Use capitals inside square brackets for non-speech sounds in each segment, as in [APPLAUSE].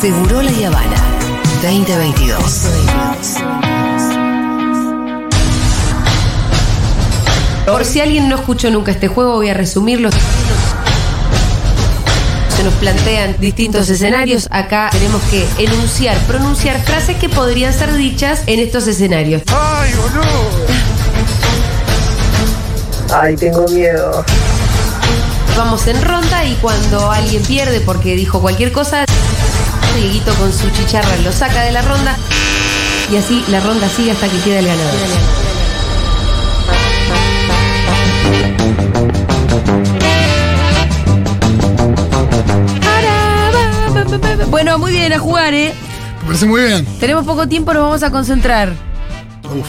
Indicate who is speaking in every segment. Speaker 1: Seguro La Habana 2022.
Speaker 2: Por si alguien no escuchó nunca este juego, voy a resumirlo. Se nos plantean distintos escenarios. Acá tenemos que enunciar, pronunciar frases que podrían ser dichas en estos escenarios.
Speaker 3: ¡Ay, boludo!
Speaker 4: Ay, tengo miedo.
Speaker 2: Vamos en ronda y cuando alguien pierde porque dijo cualquier cosa, Dieguito con su chicharra lo saca de la ronda y así la ronda sigue hasta que queda el ganador. Bueno, muy bien a jugar, ¿eh?
Speaker 3: Me parece muy bien.
Speaker 2: Tenemos poco tiempo, nos vamos a concentrar.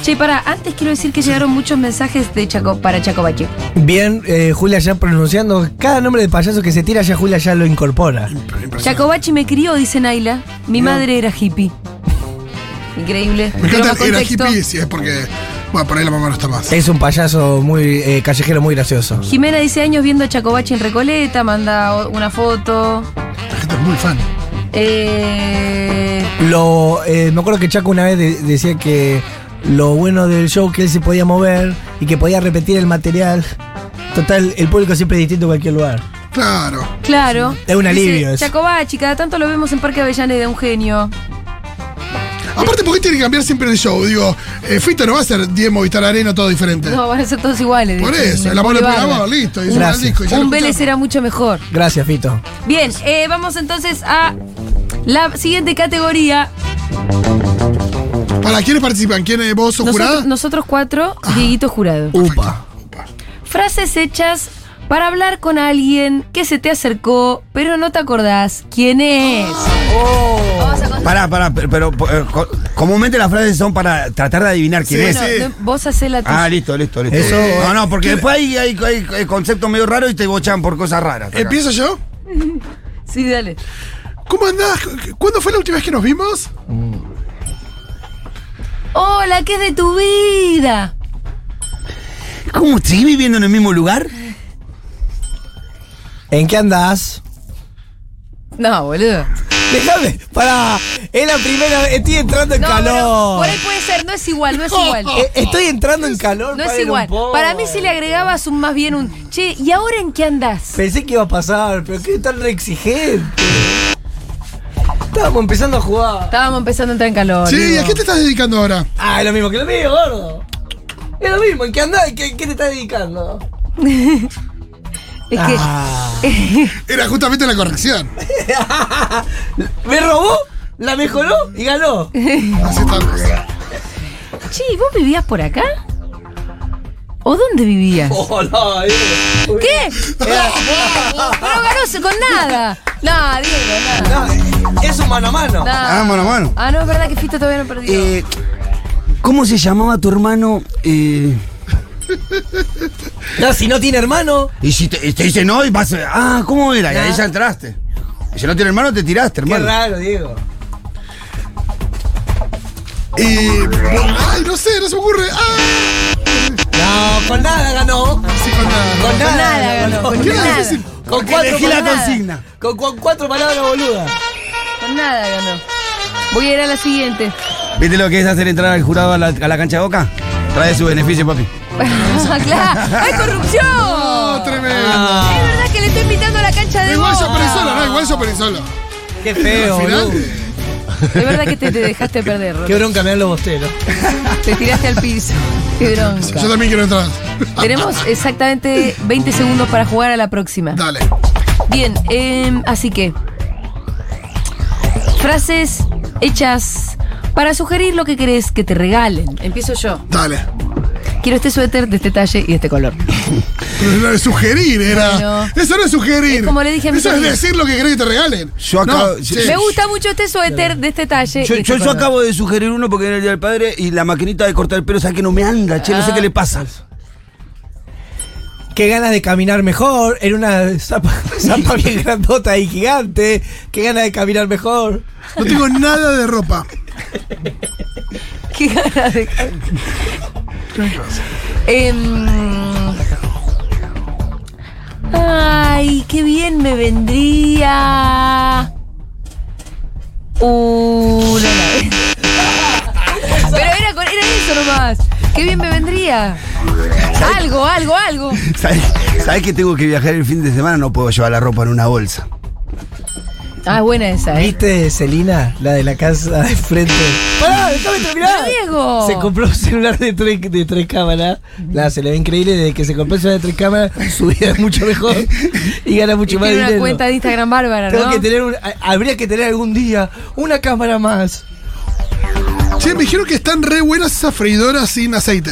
Speaker 2: Che, para, antes quiero decir que llegaron muchos mensajes de Chaco, para Chacobache.
Speaker 5: Bien, eh, Julia ya pronunciando. Cada nombre de payaso que se tira, ya Julia ya lo incorpora.
Speaker 3: Imp- impresionante.
Speaker 2: Chacobachi me crió, dice Naila. Mi madre era hippie. Increíble.
Speaker 3: Me
Speaker 2: Pero más
Speaker 3: encanta era
Speaker 2: contexto.
Speaker 3: hippie, sí, es porque. Bueno, por ahí la mamá no está más.
Speaker 5: Es un payaso muy eh, callejero, muy gracioso.
Speaker 2: Jimena dice años viendo a Chacobachi en Recoleta, manda o- una foto.
Speaker 3: La gente es muy fan.
Speaker 2: Eh,
Speaker 5: Lo, eh, me acuerdo que Chaco una vez de- decía que lo bueno del show que él se podía mover y que podía repetir el material. Total, el público siempre es distinto en cualquier lugar.
Speaker 3: Claro.
Speaker 2: claro.
Speaker 5: Es un
Speaker 2: Dice,
Speaker 5: alivio eso.
Speaker 2: Chacobachi, cada tanto lo vemos en Parque Avellaneda, un genio.
Speaker 3: Aparte, ¿por qué tiene que cambiar siempre el show? Digo, eh, Fita no va a ser 10 Movistar Arena, todo diferente.
Speaker 2: No, van a ser todos iguales.
Speaker 3: por
Speaker 2: dice,
Speaker 3: eso,
Speaker 2: en
Speaker 3: el amor
Speaker 2: Poli
Speaker 3: por el
Speaker 2: Barba.
Speaker 3: amor, listo. Y
Speaker 5: Un-
Speaker 3: suena al disco, y ya lo
Speaker 2: Un Vélez
Speaker 3: escucharon.
Speaker 2: era mucho mejor.
Speaker 5: Gracias, Fito.
Speaker 2: Bien, eh, vamos entonces a la siguiente categoría.
Speaker 3: ¿Para quiénes participan? ¿Quién es vos o jurada?
Speaker 2: Nosotros, nosotros cuatro, Dieguito Jurado.
Speaker 5: Upa.
Speaker 3: Upa.
Speaker 2: Frases hechas para hablar con alguien que se te acercó, pero no te acordás quién es.
Speaker 6: Pará, pará, pero, pero, eh, co- comúnmente las frases son para tratar de adivinar
Speaker 3: [GASPS]
Speaker 6: quién
Speaker 3: Sí,
Speaker 6: es.
Speaker 3: sí.
Speaker 2: No, Vos hacés la tuya.
Speaker 6: Ah, listo, listo, listo.
Speaker 5: Eso-
Speaker 6: no, no, porque después hay, hay, hay- hay conceptos medio raros y te bochan por cosas raras. acá.
Speaker 3: ¿Empiezo yo?
Speaker 2: Sí, dale.
Speaker 3: ¿Cómo andás? ¿Cuándo fue la última vez que nos vimos?
Speaker 2: Hola, ¿qué es de tu vida?
Speaker 6: ¿Cómo? ¿Seguís viviendo en el mismo lugar?
Speaker 5: ¿En qué andás?
Speaker 2: No, boludo.
Speaker 5: Déjame, para. Es la primera vez. Estoy entrando en
Speaker 2: No, bueno,
Speaker 5: calor.
Speaker 2: por ahí puede ser, no es igual, no es
Speaker 3: [LAUGHS]
Speaker 2: igual.
Speaker 5: Eh, Estoy entrando en calor.
Speaker 2: No es
Speaker 5: paren un
Speaker 2: igual.
Speaker 5: poco.
Speaker 2: Para mí si le agregabas un más bien un, che, ¿y ahora en qué andás?
Speaker 5: Pensé que iba a pasar, pero qué tan re exigente. Estábamos empezando a jugar.
Speaker 2: Estábamos empezando a entrar en calor.
Speaker 3: Sí,
Speaker 2: digo.
Speaker 3: ¿a qué te estás dedicando ahora?
Speaker 5: Ah, es lo mismo que lo mío, gordo. Es lo mismo, ¿en qué andás? ¿En ¿Qué, qué te estás dedicando?
Speaker 2: Es que
Speaker 5: Ah.
Speaker 3: Era justamente la corrección.
Speaker 5: ¿Me robó? ¿La mejoró? Y
Speaker 2: [LAUGHS]
Speaker 5: ganó.
Speaker 3: Así estamos.
Speaker 2: Che, ¿y ¿vos vivías por acá? ¿O dónde vivías?
Speaker 5: Oh, no, Diego.
Speaker 2: ¿Qué? Pero ganó con nada. No, Diego, nada.
Speaker 5: No, es un mano a mano.
Speaker 2: nada.
Speaker 6: Ah, mano a mano.
Speaker 2: Ah, no, es verdad que Fito todavía no perdió.
Speaker 6: Eh, ¿Cómo se llamaba tu hermano? Eh,
Speaker 5: No, si no tiene hermano.
Speaker 6: y si te, y te dice no y vas. a- Ah, ¿cómo era? Y ahí
Speaker 5: Ah.
Speaker 6: ya entraste. Y si no tiene hermano, te tiraste,
Speaker 5: Qué
Speaker 6: hermano.
Speaker 5: raro, Diego.
Speaker 3: Y. bueno, Ay, no sé, no se me ocurre. ¡Ah!
Speaker 5: No, con nada ganó.
Speaker 3: Sí, con nada.
Speaker 5: Con nada,
Speaker 2: nada ganó, con
Speaker 3: ¿Qué
Speaker 2: nada.
Speaker 3: era difícil?
Speaker 5: Con
Speaker 6: Porque elegí la
Speaker 2: palabras.
Speaker 6: consigna.
Speaker 5: Con, con cuatro palabras boludas.
Speaker 2: Con nada ganó. Voy a ir a la siguiente. [LAUGHS]
Speaker 6: ¿Viste lo que es hacer entrar al jurado a la, a la cancha de boca? Trae su beneficio, papi.
Speaker 2: Ah, claro. ¡Hay corrupción!
Speaker 3: No, tremendo.
Speaker 2: Es verdad que le estoy invitando a la cancha de
Speaker 3: Igual yo
Speaker 2: Boca.
Speaker 3: perdí solo, no, igual yo perdí solo.
Speaker 5: Qué feo,
Speaker 3: Al final,
Speaker 5: boludo.
Speaker 2: Es verdad que te, te dejaste perder, Ron.
Speaker 5: Qué bronca me dan los bosteros.
Speaker 2: Te tiraste al piso. Qué
Speaker 3: yo
Speaker 2: bronca.
Speaker 3: también quiero entrar. [LAUGHS]
Speaker 2: Tenemos exactamente 20 segundos para jugar a la próxima.
Speaker 3: Dale.
Speaker 2: Bien, em, así que. Frases hechas para sugerir lo que querés que te regalen. Empiezo yo.
Speaker 3: Dale.
Speaker 2: Quiero este suéter de este talle y de este
Speaker 6: [LAUGHS]
Speaker 2: color.
Speaker 3: Pero no es sugerir, era.
Speaker 2: Bueno.
Speaker 3: Eso no es sugerir.
Speaker 2: Es como le dije a mi
Speaker 3: Eso es
Speaker 2: amiga.
Speaker 3: decir lo que querés que te regalen.
Speaker 6: Yo acabo-
Speaker 3: No,
Speaker 6: yo-
Speaker 3: sí.
Speaker 2: Me gusta mucho este suéter de este talle.
Speaker 6: Yo,
Speaker 2: y este
Speaker 6: yo- yo
Speaker 2: color.
Speaker 6: acabo de sugerir uno porque era el día del padre y la maquinita de cortar el pelo, ¿sabes que no me anda? Che, no
Speaker 2: Ah.
Speaker 6: sé qué le pasa.
Speaker 5: Qué ganas de caminar mejor. Era una zapa, [LAUGHS] zapa bien grandota y gigante. Qué ganas de caminar mejor.
Speaker 3: No tengo nada de ropa.
Speaker 2: [LAUGHS] Qué gana de. Em, Ay, qué bien me vendría. uno Uh, Pero era, con- era eso nomás. Qué bien me vendría. Algo, algo, algo.
Speaker 6: ¿Sabes, sabes que tengo que viajar el fin de semana? No puedo llevar la ropa en una bolsa.
Speaker 2: Ah, es buena esa, ¿eh?
Speaker 5: ¿Viste Celina? La de la casa de frente. ¡Pará! ¡Déjame terminar!
Speaker 2: Diego.
Speaker 5: Se compró un celular de tres, de tres cámaras. La, se le ve increíble. Desde que se compró el celular de tres cámaras, su vida es mucho mejor [LAUGHS] y gana
Speaker 2: Y
Speaker 5: mucho más
Speaker 2: tiene una
Speaker 5: dinero.
Speaker 2: cuenta de Instagram bárbara,
Speaker 5: Tengo
Speaker 2: ¿no?
Speaker 5: que tener un- a- habría que tener algún día una cámara más.
Speaker 3: Che, me dijeron que están re buenas esas freidoras sin aceite.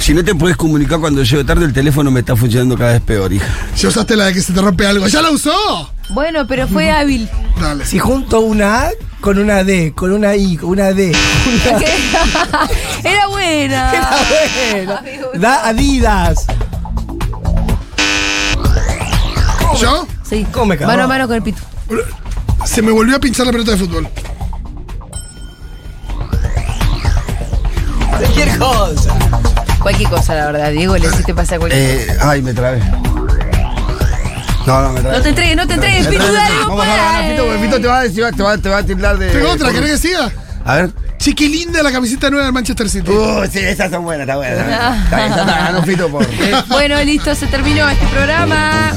Speaker 6: Si no te puedes comunicar cuando llego tarde, el teléfono me está funcionando cada vez peor, hija.
Speaker 3: Si usaste la de que se te rompe algo. ¡Ya la usó!
Speaker 2: Bueno, pero fue
Speaker 5: [LAUGHS]
Speaker 2: hábil. [LAUGHS]
Speaker 3: Dale.
Speaker 5: Si junto una A con una D, con una I, con una D, una
Speaker 2: Era
Speaker 5: [LAUGHS]
Speaker 2: buena.
Speaker 5: Era bueno. Da Adidas.
Speaker 3: ¿Yo?
Speaker 2: Sí.
Speaker 5: ¿Cómo me cagó?
Speaker 2: Mano a mano con el pito.
Speaker 3: Se me volvió a pinchar la pelota de fútbol.
Speaker 6: Eh,
Speaker 5: Cualquier cosa.
Speaker 2: Cualquier cosa, la verdad, Diego, le hiciste pasar cualquier
Speaker 6: Eh, ay, me trabé. No, no, me trabé.
Speaker 2: No te entregues, no te entregues, Pitu, dale, vos
Speaker 6: Vamos a ganar,
Speaker 2: podés.
Speaker 6: Fito, porque Fito te va a decir, te va, te va a tildar de...
Speaker 3: Tengo otra, ¿querés que siga?
Speaker 6: A ver.
Speaker 3: Chiquilinda la camiseta nueva del Manchester City.
Speaker 6: Uh, sí, esas
Speaker 2: [LAUGHS]
Speaker 6: son buenas, está buena. Está bien, está bien, ganó Fito por...
Speaker 2: cosa. Bueno, listo, se terminó este programa.